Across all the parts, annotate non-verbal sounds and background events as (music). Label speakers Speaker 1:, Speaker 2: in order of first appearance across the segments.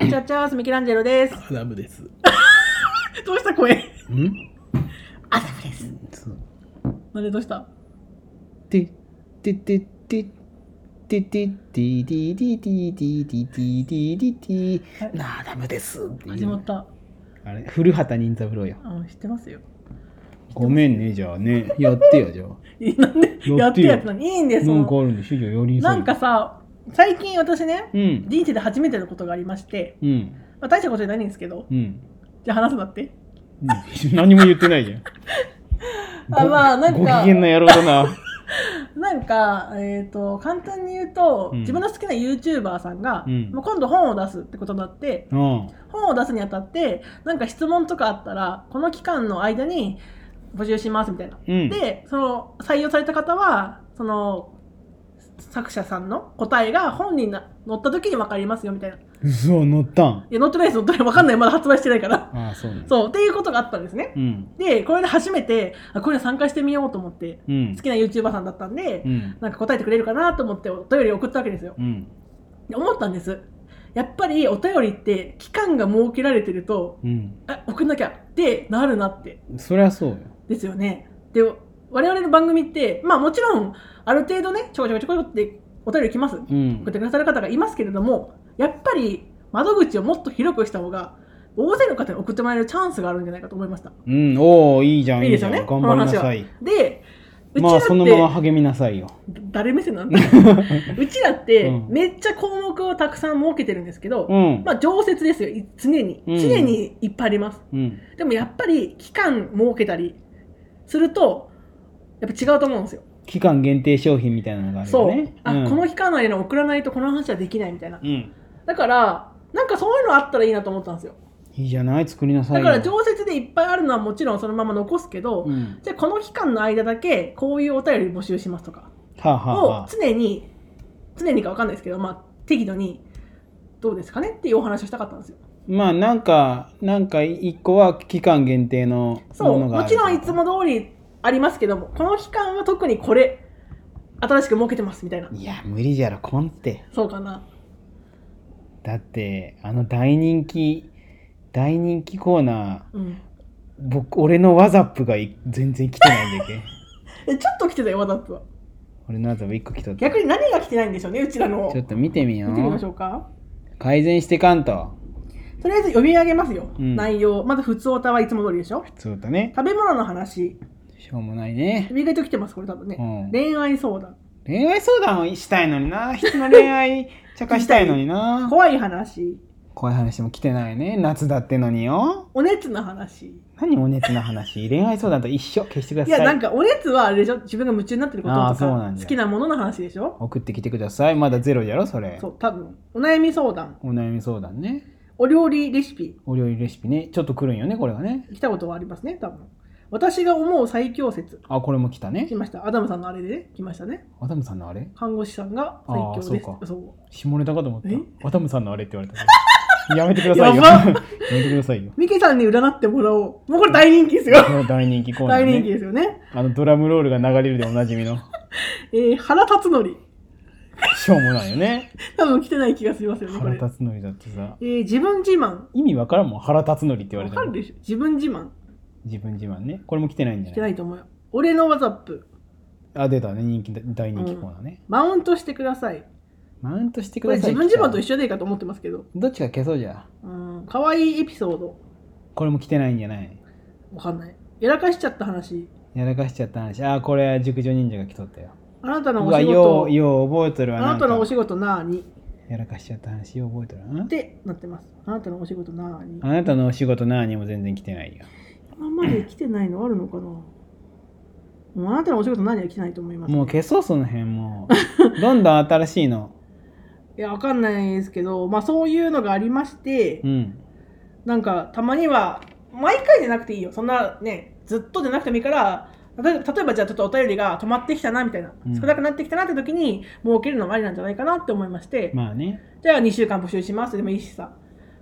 Speaker 1: チャチャースミケランジェロです。
Speaker 2: アダムです。
Speaker 1: どうした声
Speaker 2: ん
Speaker 1: アダムです。なんでどうした
Speaker 2: ててててててててててててててててなあダムですって
Speaker 1: 始
Speaker 2: い
Speaker 1: ま
Speaker 2: う。
Speaker 1: った。
Speaker 2: あれ古畑任三郎や。
Speaker 1: あ、知ってますよ。
Speaker 2: ごめんねじゃあねやってよじゃあ。
Speaker 1: いなんで
Speaker 2: よ
Speaker 1: やってやってたのいいんです
Speaker 2: なん
Speaker 1: よ。
Speaker 2: かあるんで主より
Speaker 1: なんか。さ、最近私ね、
Speaker 2: うん
Speaker 1: 人生で初めてのことがありまして、
Speaker 2: うん
Speaker 1: まあ、大したことじゃないんですけど、
Speaker 2: うん。
Speaker 1: じゃあ話すなって。
Speaker 2: 何も言ってないじゃん。
Speaker 1: あまあなんか
Speaker 2: ご機嫌な野郎だな。
Speaker 1: なんか、えっ、と、簡単に言うと、
Speaker 2: うん
Speaker 1: 自分の好きな YouTuber さんが、
Speaker 2: うん
Speaker 1: もう今度本を出すってことになって、
Speaker 2: うん。
Speaker 1: 本を出すにあたって、なんか質問とかあったら、この期間の間に募集しますみたいな。
Speaker 2: うん。
Speaker 1: でその採用された方はその作者さんの答えが本にな載った時に分かりますよみたいない
Speaker 2: 嘘乗ったん。
Speaker 1: や載ってないです載ってない分かんないまだ発売してないから
Speaker 2: ああそうなんだ。
Speaker 1: そうっていうことがあったんですね
Speaker 2: うん
Speaker 1: でこれで初めてあこれ参加してみようと思って
Speaker 2: うん
Speaker 1: 好きな YouTuber さんだったんで、
Speaker 2: うん
Speaker 1: なんか答えてくれるかなと思ってお便りを送ったわけですよ
Speaker 2: うん
Speaker 1: で思ったんですやっぱりお便りって期間が設けられてると
Speaker 2: うん。
Speaker 1: あ送んなきゃってなるなって
Speaker 2: そりゃそうよ。
Speaker 1: ですよね。で我々の番組ってまあもちろんある程度ねちょこちょこちょこってお便り来ます送
Speaker 2: うん
Speaker 1: っ。てくださる方がいますけれどもやっぱり窓口をもっと広くした方が大勢の方に送ってもらえるチャンスがあるんじゃないかと思いました
Speaker 2: うん、おおいいじゃん
Speaker 1: い
Speaker 2: い
Speaker 1: い
Speaker 2: い
Speaker 1: です
Speaker 2: じ
Speaker 1: よ
Speaker 2: ゃん、
Speaker 1: ね
Speaker 2: 頑張りなさい
Speaker 1: でうち
Speaker 2: ま
Speaker 1: ら
Speaker 2: あ
Speaker 1: っ
Speaker 2: そのま
Speaker 1: て、
Speaker 2: ま励みなさいよ
Speaker 1: 誰目線なん
Speaker 2: (laughs)
Speaker 1: だうちらって
Speaker 2: うん
Speaker 1: めっちゃ項目をたくさん設けてるんですけど、
Speaker 2: うん、
Speaker 1: まあ常設ですよい常に
Speaker 2: うん
Speaker 1: 常にいっぱいあります、
Speaker 2: うん、
Speaker 1: でもやっぱり期間設けたりするとやっぱ違うと思うんですよ
Speaker 2: 期間限定商品みたいなのがあるよ
Speaker 1: そう
Speaker 2: ね
Speaker 1: あ、
Speaker 2: うん、
Speaker 1: この期間内に送らないとこの話はできないみたいな
Speaker 2: うん
Speaker 1: だからなんかそういうのあったらいいなと思ったんですよ
Speaker 2: いいじゃない作りなさい
Speaker 1: だ
Speaker 2: よ
Speaker 1: から常設でいっぱいあるのはもちろんそのまま残すけど、
Speaker 2: うん、
Speaker 1: じゃあこの期間の間だけこういうお便り募集しますとか
Speaker 2: はあ、はあは
Speaker 1: を
Speaker 2: あ、
Speaker 1: 常に常にか分かんないですけど、まあ、適度にどうですかねっていうお話をしたかったんですよ
Speaker 2: まあなんかなんか一個は期間限定の
Speaker 1: そ
Speaker 2: も
Speaker 1: う
Speaker 2: のがあ
Speaker 1: も
Speaker 2: る
Speaker 1: ちろんいつも通りありますけどもこの期間は特にこれ新しく設けてますみたいない
Speaker 2: や無理じゃろこんって
Speaker 1: そうかな
Speaker 2: だってあの大人気大人気コーナ
Speaker 1: うん
Speaker 2: ー僕俺のワザップがい全然来てないんだっけ
Speaker 1: えちょっと来てたよわざとは
Speaker 2: 俺のワザップ一個来とった
Speaker 1: 逆に何が来てないんでしょうねうちらの
Speaker 2: ちょっと見てみよう
Speaker 1: 見てみましょうか
Speaker 2: 改善してかんと
Speaker 1: とりあえず読み上げますよ、
Speaker 2: うん
Speaker 1: 内容まず普通おたはいつも通りでしょ
Speaker 2: そうだね
Speaker 1: 食べ物の話
Speaker 2: しょうもないね
Speaker 1: 意外と来てますこれ多分ね、
Speaker 2: うん
Speaker 1: 恋愛相談
Speaker 2: 恋愛相談をしたいのにな人の恋愛 (laughs) 茶化したいのにな
Speaker 1: 怖い話
Speaker 2: 怖い話も来てないね夏だってのによ
Speaker 1: お熱の話
Speaker 2: 何お熱な話恋愛相談と一緒消してくだ
Speaker 1: い
Speaker 2: さい
Speaker 1: やなんかお熱はあれでしょ自分が夢中になってること
Speaker 2: あ
Speaker 1: と
Speaker 2: ーそうな
Speaker 1: か
Speaker 2: んだ
Speaker 1: 好きなものの話でしょ
Speaker 2: 送ってきてくださいまだゼロやろそれ
Speaker 1: そう多分お悩み相談
Speaker 2: お悩み相談ね
Speaker 1: お料理レシピ
Speaker 2: お料理レシピねちょっと来るんよねこれがね
Speaker 1: 来たことはありますね多分私が思う最強説
Speaker 2: あこれも来たね
Speaker 1: 来ましたアダムさんのあれでね来ましたね
Speaker 2: ワタムさんのあれ
Speaker 1: 看護師さんが最強です
Speaker 2: あーそうか
Speaker 1: そう
Speaker 2: 下ネタかと思っ
Speaker 1: え
Speaker 2: たワタムさんのあれって言われたやめてください
Speaker 1: や
Speaker 2: よ
Speaker 1: ば
Speaker 2: (laughs) やめてくださいよ
Speaker 1: ミケさんに占ってもらおうもうこれ大人気ですよ
Speaker 2: この大人気コーナー、
Speaker 1: 大
Speaker 2: ね、
Speaker 1: 人気ですよね。
Speaker 2: あのドラムロールが流れるでおなじ
Speaker 1: (laughs)
Speaker 2: みの
Speaker 1: えー、原辰徳。
Speaker 2: しょうもないよね
Speaker 1: 多分来てない気がしますよね、こ
Speaker 2: 腹
Speaker 1: れ。
Speaker 2: 立つのりだってさ
Speaker 1: えー、自分自慢。
Speaker 2: 意味わからんもん腹立つのりって言
Speaker 1: わ
Speaker 2: われて
Speaker 1: かる
Speaker 2: も
Speaker 1: でしょ自分自慢。
Speaker 2: 自分自慢ねこれも来てないんじ
Speaker 1: 来
Speaker 2: ゃ
Speaker 1: て
Speaker 2: な
Speaker 1: ないいと思うよ。俺のワザップ。
Speaker 2: あ出たね人気だ大人気コーナーね、
Speaker 1: マウントしてください。
Speaker 2: マウントしてく
Speaker 1: これ
Speaker 2: ださ
Speaker 1: 自分
Speaker 2: い
Speaker 1: 自慢と一
Speaker 2: 緒
Speaker 1: 緒でいいかと思ってますけど。
Speaker 2: どっちか消そうじゃ
Speaker 1: うん。可愛いエピソード。
Speaker 2: これも来てないんじゃない
Speaker 1: わかんない。やらかしちゃった話。
Speaker 2: やらかしちゃった話あこれ熟女忍者が来とったよ
Speaker 1: あなたの
Speaker 2: う
Speaker 1: お
Speaker 2: わ
Speaker 1: 仕
Speaker 2: よ
Speaker 1: 事
Speaker 2: う。よう覚えとるわ
Speaker 1: あ
Speaker 2: な
Speaker 1: なんたのお
Speaker 2: か
Speaker 1: 仕事なーに。
Speaker 2: やらかしちゃった話よう覚えとるな
Speaker 1: ってなってます。あなたのお仕事なーに。
Speaker 2: あなたのお仕事なーにも全然来てないよ
Speaker 1: 今まで来てないのあるのかなもうあなたのお仕事なーには来てないと思います、
Speaker 2: もう消そうその辺
Speaker 1: (laughs)
Speaker 2: もうどんどん新しいの
Speaker 1: いや、わかんないですけど、まあそういうのがありまして、
Speaker 2: うん
Speaker 1: なんかたまには、毎回じゃなくていいよ。そんなね、ずっとじゃなくてもいいから、例えば例えばじゃあちょっとお便りが止まってきたなみたいな、
Speaker 2: うん
Speaker 1: 少なくなってきたなって時に、設けるのもありなんじゃないかなって思いまして、
Speaker 2: まあね
Speaker 1: じゃあ2週間募集しますでもいいしさ、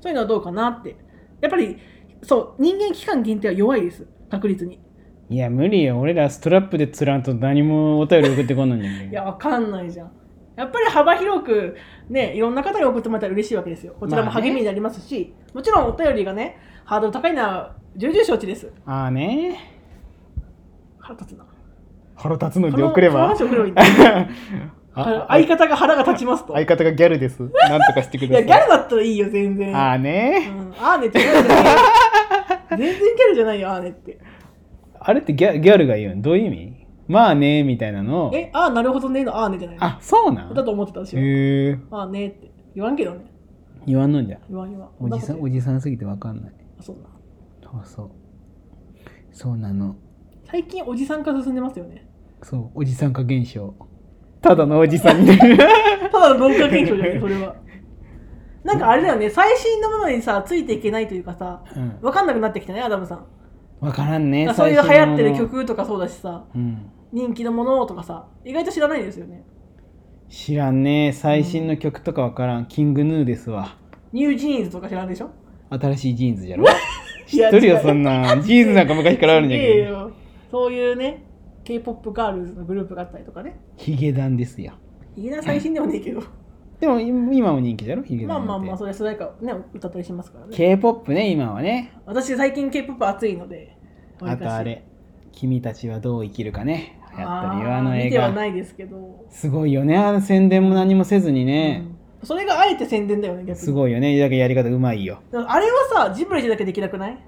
Speaker 1: そういうのはどうかなって。やっぱり、そう、人間期間限定は弱いです、確率に。
Speaker 2: いや無理よ俺らストラップで釣らんと何もお便り送ってこんのに
Speaker 1: いや、わかんないじゃん。やっぱり幅広くねいろんな方に送ってもらったら嬉しいわけですよこちらも
Speaker 2: まあね
Speaker 1: 励みになりますし、もちろんお便りがねハードル高いのは重々承知です
Speaker 2: ああね
Speaker 1: 腹立つな
Speaker 2: 腹立つの
Speaker 1: こ
Speaker 2: で
Speaker 1: の
Speaker 2: 遅れ
Speaker 1: この話
Speaker 2: ば
Speaker 1: 遅ればいいんだ
Speaker 2: あ (laughs) あ
Speaker 1: 相方が腹が立ちますとい
Speaker 2: 相方がギャルですなんとかしてくださ
Speaker 1: や
Speaker 2: い
Speaker 1: ギャルだったらいいよ全然
Speaker 2: ああ
Speaker 1: う
Speaker 2: ね
Speaker 1: ん、あーねってギャル
Speaker 2: (laughs)
Speaker 1: じゃないよ全然ギャルじゃないよあーねって
Speaker 2: あれってギャギャルが言うのどういう意味まあねみたいなのを
Speaker 1: えあーなるほどねのあーねじゃないの
Speaker 2: あそうなん
Speaker 1: だと思ってた私は
Speaker 2: へえ
Speaker 1: あーねって言わんけどね
Speaker 2: 言わんのんじゃ
Speaker 1: 言わん言わん
Speaker 2: おじさ
Speaker 1: そ
Speaker 2: ん
Speaker 1: なこと
Speaker 2: おじさんすぎてわかんない
Speaker 1: 言うあそうな
Speaker 2: そうそうそうなの
Speaker 1: 最近おじさん化進んでますよね
Speaker 2: そうおじさん化現象ただのおじさん (laughs) になる
Speaker 1: ただの文化現象
Speaker 2: (laughs)
Speaker 1: じゃないそれはなんかあれだよね最新のものにさついていけないというかさ
Speaker 2: うん (laughs)
Speaker 1: 分かんなくなってきたねアダムさん
Speaker 2: わからんね
Speaker 1: そういう流
Speaker 2: 最新
Speaker 1: 行
Speaker 2: のもの
Speaker 1: ってる曲とかそうだしさ
Speaker 2: うん
Speaker 1: 人気のものとかさ意外と知らないですよね
Speaker 2: 知らんね最新の曲とかわからん、キングヌーですわ
Speaker 1: ニュージーンズとか知らんでしょ
Speaker 2: 新しいジーンズじゃ
Speaker 1: (laughs)
Speaker 2: ろ
Speaker 1: い
Speaker 2: 知
Speaker 1: や
Speaker 2: っとるよ
Speaker 1: 違う
Speaker 2: そんなんジーンズなんか昔からあるんじゃ
Speaker 1: すげえ
Speaker 2: けど
Speaker 1: よそういうね k p o p ガールズのグループがあったりとかね
Speaker 2: ヒゲダンですよ
Speaker 1: いいな最新でもねえけど
Speaker 2: でも今今も人気じゃろヒゲ
Speaker 1: ま
Speaker 2: ダ
Speaker 1: あ
Speaker 2: ン
Speaker 1: まあ
Speaker 2: なんて
Speaker 1: まあそれは主題歌をね歌ったりしますからね
Speaker 2: K-POP ね今はね
Speaker 1: 私最近 k p o p 熱いので
Speaker 2: あとあれ君たちはどう生きるかねや
Speaker 1: や
Speaker 2: っ
Speaker 1: ったた
Speaker 2: り
Speaker 1: り
Speaker 2: あの映
Speaker 1: 見ては
Speaker 2: 画
Speaker 1: ないですけど、
Speaker 2: すごいよねあの宣伝も何もせずにね、
Speaker 1: うんそれがあえて宣伝だよね逆に
Speaker 2: すごいよねだけやり方うまいよ
Speaker 1: だからあれはさジブリじゃなきゃできなくない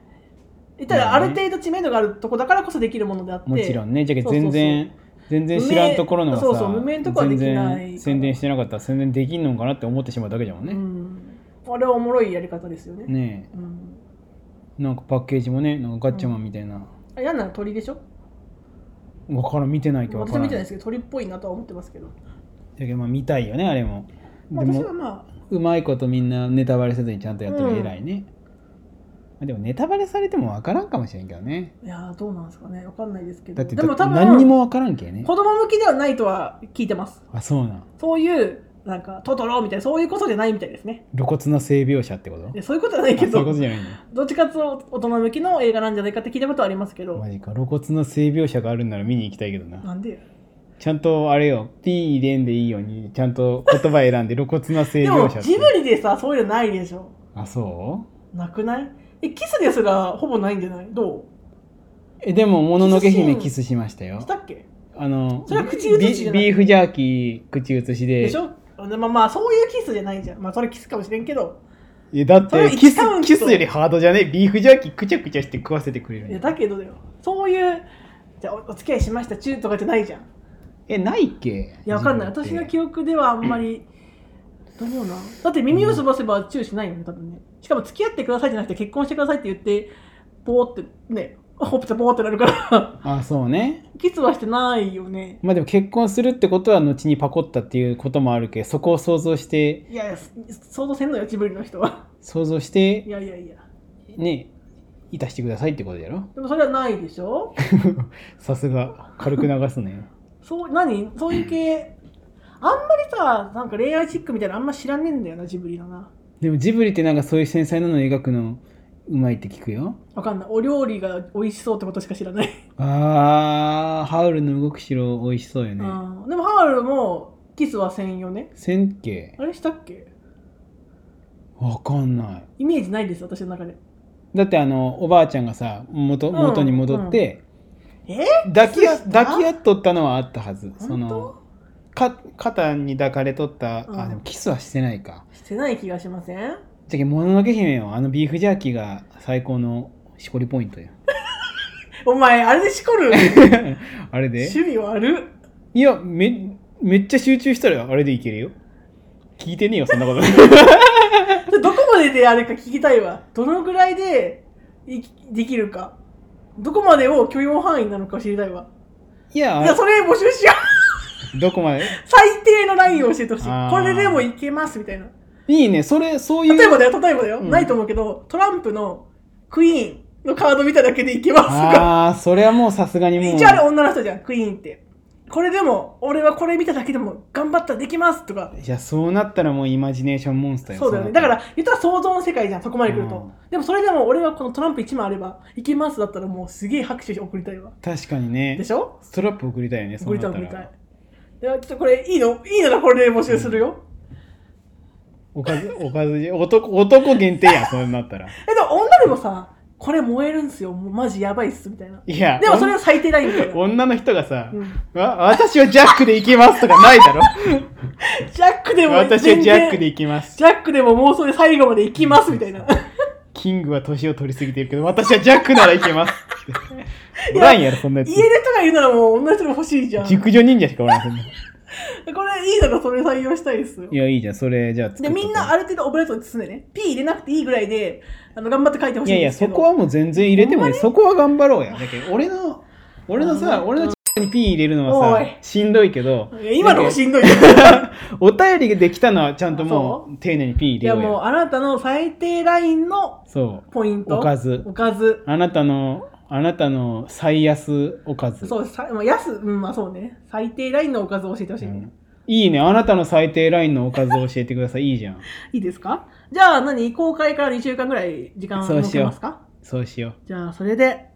Speaker 1: 言ったら
Speaker 2: まあ
Speaker 1: ある
Speaker 2: ね
Speaker 1: 程度知名度があるとこだからこそできるものであって
Speaker 2: もちろんねじゃけ
Speaker 1: そうそうそう
Speaker 2: 全然全然知らんところのがさ
Speaker 1: 無名そうそう無名のとこはできない
Speaker 2: 全然宣伝してなかったら宣伝できんのかなって思ってしまうだけじゃもん
Speaker 1: う
Speaker 2: ね、
Speaker 1: ん、あれはおもろいやり方ですよね
Speaker 2: ね
Speaker 1: うん、
Speaker 2: えなんかパッケージもねなんかガッチャマンみたいな、
Speaker 1: あれなんなの鳥でしょ
Speaker 2: わからん見てないけどわ
Speaker 1: 私
Speaker 2: か
Speaker 1: は
Speaker 2: ら
Speaker 1: 見て
Speaker 2: んじ
Speaker 1: ない
Speaker 2: ゃ
Speaker 1: ですけど鳥っぽいなとは思ってますけど、
Speaker 2: けまあ見たいよねあれも
Speaker 1: ま
Speaker 2: で
Speaker 1: あ、私は
Speaker 2: も
Speaker 1: まあ
Speaker 2: うまいことみんなネタバレせずにちゃんとやって
Speaker 1: うん
Speaker 2: る偉いね、まあでもネタバレされてもわからんかもしれんけどね
Speaker 1: いやーどうなんですかねわかんないですけど
Speaker 2: だって
Speaker 1: でも多分
Speaker 2: 何にもわからんけね
Speaker 1: 子供向きではないとは聞いてます
Speaker 2: あそうなん
Speaker 1: そういうなんかトトロみたいなそういうことじゃないみたいですね
Speaker 2: 露骨な性描写ってこと
Speaker 1: (laughs) いやそういうことじゃないけ
Speaker 2: あそ
Speaker 1: ど
Speaker 2: ういうことじゃないの
Speaker 1: どっちかっていうと大人向きの映画なんじゃないかって聞いたことはありますけど、
Speaker 2: マジか露骨な性描写があるんなら見に行きたいけどな
Speaker 1: なんでよ
Speaker 2: ちゃんとあれよ P 入れんでいいようにちゃんと言葉選んで露骨な性
Speaker 1: でも
Speaker 2: 描写って
Speaker 1: ジブリでさそういうのないでしょ
Speaker 2: あそう
Speaker 1: なくないえキスですらほぼないんじゃないど
Speaker 2: えでも「もののけ姫キ
Speaker 1: キ
Speaker 2: スしました
Speaker 1: う
Speaker 2: よ
Speaker 1: したっけ
Speaker 2: あの
Speaker 1: それは口移しじゃない
Speaker 2: ビビーフジャーキー口移しで
Speaker 1: でしょでまあまあそういうキスじゃないじゃんまあそれキスかもしれんけど
Speaker 2: えだっ
Speaker 1: それ
Speaker 2: てキス
Speaker 1: 一カウント
Speaker 2: キスよりハードじゃねビーフジャーキーくちゃくちゃして食わせてくれるん
Speaker 1: い
Speaker 2: や
Speaker 1: やだけどだよそういうじゃあおお付き合いしましたチューとかじゃないじゃんい
Speaker 2: えないっけ
Speaker 1: やわかんない
Speaker 2: ジブリ
Speaker 1: 私
Speaker 2: って
Speaker 1: の記憶ではあんまりどうなんだって耳をすばせばチューしないよね多分ねしかも付き合ってくださいじゃなくて結婚してくださいって言ってポーってねほっぺたポーってなるから (laughs)
Speaker 2: あそうね
Speaker 1: キスはしてないよね
Speaker 2: まあでも結婚するってことは後にパコったっていうこともあるけどそこを想像して
Speaker 1: いやいや想像せんのよジブリの人は
Speaker 2: 想像して
Speaker 1: いやいやいや
Speaker 2: ねいたしてくださいってことやろ
Speaker 1: でもそれはないでしょ
Speaker 2: さすが軽く流すね
Speaker 1: そう何そういう系あんまりさなんか恋愛チックみたいなのあんま知らねえんだよなジブリのな
Speaker 2: でもジブリってなんかそういう繊細なの描くのうまいって聞くよ
Speaker 1: わかんないお料理が美味しそうってことしか知らない、
Speaker 2: あーハウルの動く城美味しそうよ
Speaker 1: う
Speaker 2: ね
Speaker 1: ん、でもハウルもキスは専用ね
Speaker 2: 千景
Speaker 1: あれしたっけ
Speaker 2: わかんない
Speaker 1: イメージないです私の中で
Speaker 2: だってあのおばあちゃんがさ元
Speaker 1: うん
Speaker 2: 元に戻って、
Speaker 1: え
Speaker 2: 抱き合
Speaker 1: キスだった
Speaker 2: 抱き合っとったのはあったはず
Speaker 1: 当
Speaker 2: そのか肩に抱かれとった、
Speaker 1: う
Speaker 2: あ
Speaker 1: ん
Speaker 2: でもキスはしてないか
Speaker 1: してない気がしません
Speaker 2: じゃけもののけ姫はあのビーフジャーキーが最高のしこりポイントよ
Speaker 1: お前あれでしこる
Speaker 2: あれで
Speaker 1: 趣味悪
Speaker 2: いやめめっちゃ集中したらあれでいけるよ聞いてねえよそん
Speaker 1: (laughs)
Speaker 2: なこと
Speaker 1: っどこまでであれか聞きたいわどのぐらいでいできるかどこまでを許容範囲なのか知りたいわ
Speaker 2: いや
Speaker 1: いやそれ募集しよう
Speaker 2: どこまで
Speaker 1: 最低のラインを教えてほしい
Speaker 2: あー
Speaker 1: これでもいけますみたいない
Speaker 2: いねそれそういう
Speaker 1: 例えばだよ例えばだよ、
Speaker 2: うん
Speaker 1: ないと思うけどトランプのクイーンのカード見ただけでいけますが
Speaker 2: ああそれはもうさすがにもう
Speaker 1: 一応あれ女の人じゃんクイーンってこれでも俺はこれ見ただけでも頑張ったらできますとか
Speaker 2: いやそうなったらもうイマジネーションモンスターよ
Speaker 1: そうだよね
Speaker 2: な
Speaker 1: だ
Speaker 2: っ
Speaker 1: か
Speaker 2: た
Speaker 1: ら言ったら想像の世界じゃんそこまで来ると、
Speaker 2: うん
Speaker 1: でもそれでも俺はこのトランプ1枚あればいけますだったらもうすげえ拍手して送りたいわ
Speaker 2: 確かに
Speaker 1: で
Speaker 2: ね
Speaker 1: しょ
Speaker 2: ストラップ送りたいよねそ
Speaker 1: 送
Speaker 2: う
Speaker 1: りた
Speaker 2: ないった
Speaker 1: 送りたい
Speaker 2: ら
Speaker 1: いやちょっとこれいいのいいならこれで募集するよ。
Speaker 2: おかず、おかずじ、男、男限定や、それになったら。
Speaker 1: え、でも女でもさ、これ燃えるんすよ。もうマジやばいっす、みたいな。
Speaker 2: いや、
Speaker 1: でもそれは最低ラインだよ。
Speaker 2: 女の人がさ、
Speaker 1: うん
Speaker 2: わ私はジャックで行きますとかないだろ
Speaker 1: ジャックでも
Speaker 2: 私はジャックで
Speaker 1: 全然
Speaker 2: 行きます
Speaker 1: ジャックでも妄想で最後まで行きますみたいな。
Speaker 2: キングは年を取りすぎてるけど私はジャックなら行けます (laughs) おらんやろそんなやつ
Speaker 1: 言える人が言うならもう女の人も欲しいじゃん。こ
Speaker 2: 熟女忍者しかおらんそんない
Speaker 1: れいいならそれ採用したいですよ。
Speaker 2: やいいじゃんそれじゃあ作っ
Speaker 1: で、
Speaker 2: とこう
Speaker 1: みんなある程度オブラートに包んでね。P 入れなくていいぐらいで、あの、頑張って書いてほ
Speaker 2: い
Speaker 1: しい
Speaker 2: や
Speaker 1: ん
Speaker 2: い
Speaker 1: で
Speaker 2: や
Speaker 1: すけ
Speaker 2: そ
Speaker 1: ど。
Speaker 2: こはもう全然入れてもいい
Speaker 1: ほんまに
Speaker 2: そこは頑張ろうやだけど俺の俺のさ
Speaker 1: うん
Speaker 2: 俺のチッにピン入れるのは
Speaker 1: お
Speaker 2: さ
Speaker 1: い
Speaker 2: しんどいけど
Speaker 1: いや今のもしんどいよ。
Speaker 2: お便りができたのはちゃんともう丁寧にピン入
Speaker 1: い
Speaker 2: れ
Speaker 1: や
Speaker 2: よう
Speaker 1: もう
Speaker 2: よ
Speaker 1: あなたの最低ラインの
Speaker 2: そう
Speaker 1: ポイント。
Speaker 2: おかず
Speaker 1: おかず。
Speaker 2: あなたのあなたの最安おかず
Speaker 1: そう、さまあ、安、うん、まあそうね。最低ラインのおかずを教えてほしいね。
Speaker 2: うんいいね。あなたの最低ラインのおかずを教えてください。いいじゃん。
Speaker 1: いいですかじゃあ何公開から2週間ぐらい時間を
Speaker 2: そう
Speaker 1: 設
Speaker 2: し
Speaker 1: け
Speaker 2: よう
Speaker 1: ますか
Speaker 2: そうしよ
Speaker 1: じゃあそれで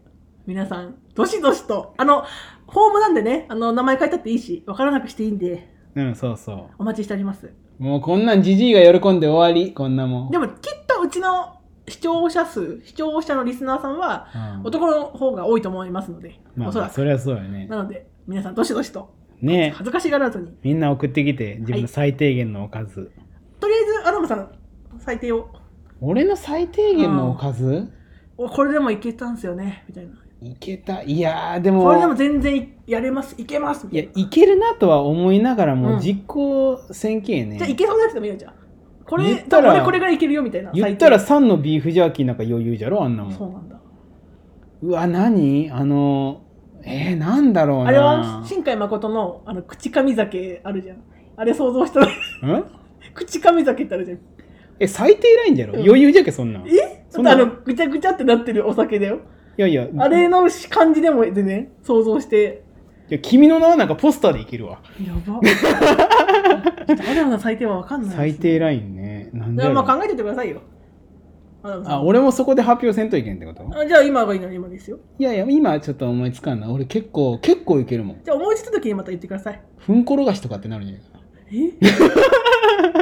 Speaker 1: 皆さんどしどしとあのホームなんでねあの名前書いたっていいしわからなくしていいんで
Speaker 2: う。うん、そうそ
Speaker 1: お待ちしております
Speaker 2: う。もうこんなんじじいが喜んで終わり。こんなもん。
Speaker 1: でもきっとうちの視聴者数視聴者のリスナーさんは
Speaker 2: うん
Speaker 1: 男の方が多いと思いますので、
Speaker 2: まあ、
Speaker 1: おそ
Speaker 2: ま
Speaker 1: ら
Speaker 2: あ、
Speaker 1: く
Speaker 2: そりゃそうよね
Speaker 1: な。ので皆さんどしどしと
Speaker 2: ね
Speaker 1: 恥ずかしがらずに
Speaker 2: みんな送ってきて、自分の最低限のおかず。
Speaker 1: とりあえずアダムさん最低を
Speaker 2: 俺の最低限のおかず
Speaker 1: おこれでもいけたんすよねみたいない
Speaker 2: けた。いやー、でも。
Speaker 1: これでも全然やれますいけますみ
Speaker 2: い
Speaker 1: たい
Speaker 2: や
Speaker 1: ない
Speaker 2: けるなとは思いながらも、
Speaker 1: うん
Speaker 2: 実行せんけえね
Speaker 1: じゃあいけそうなやつでもいいよじゃあこれ
Speaker 2: 言ったら
Speaker 1: これこれぐらいいけるよみたいな
Speaker 2: 言ったら
Speaker 1: 最
Speaker 2: 3のビーフジャーキーなんか余裕じゃろあんな
Speaker 1: 低
Speaker 2: も
Speaker 1: そうんなんだ
Speaker 2: うわ何あのえー、なんだろうな
Speaker 1: あれは新海誠のあの口噛み酒あるじゃんあれ想像したら
Speaker 2: ん
Speaker 1: (laughs) 口噛み酒ってあるじゃん
Speaker 2: え、最低ラインじゃろ
Speaker 1: うん
Speaker 2: 余裕じゃけ、そんなん。い
Speaker 1: え
Speaker 2: そんな
Speaker 1: あのぐちゃぐちゃってなってるお酒だよ
Speaker 2: やいや、
Speaker 1: あれ
Speaker 2: い
Speaker 1: の感じでも全然想像して
Speaker 2: や君の名はなんかポスターでいけるわ。
Speaker 1: や
Speaker 2: (laughs)
Speaker 1: ばアダムの最低は分かんない
Speaker 2: 最低
Speaker 1: ラ
Speaker 2: ラインね。なん
Speaker 1: だ
Speaker 2: だ
Speaker 1: から
Speaker 2: ろ
Speaker 1: まあ
Speaker 2: う
Speaker 1: 考えててくださいよアダムさん
Speaker 2: あ、俺もそこで発表せんといけんってこと
Speaker 1: あじゃあ今がいいの今ですよ
Speaker 2: いやいや、今ちょっと思いつかんな。俺結構、結構いけるもん。
Speaker 1: じゃあ思いついた時にまた言ってください
Speaker 2: ふんころがしとかってなるんじゃないかな。
Speaker 1: え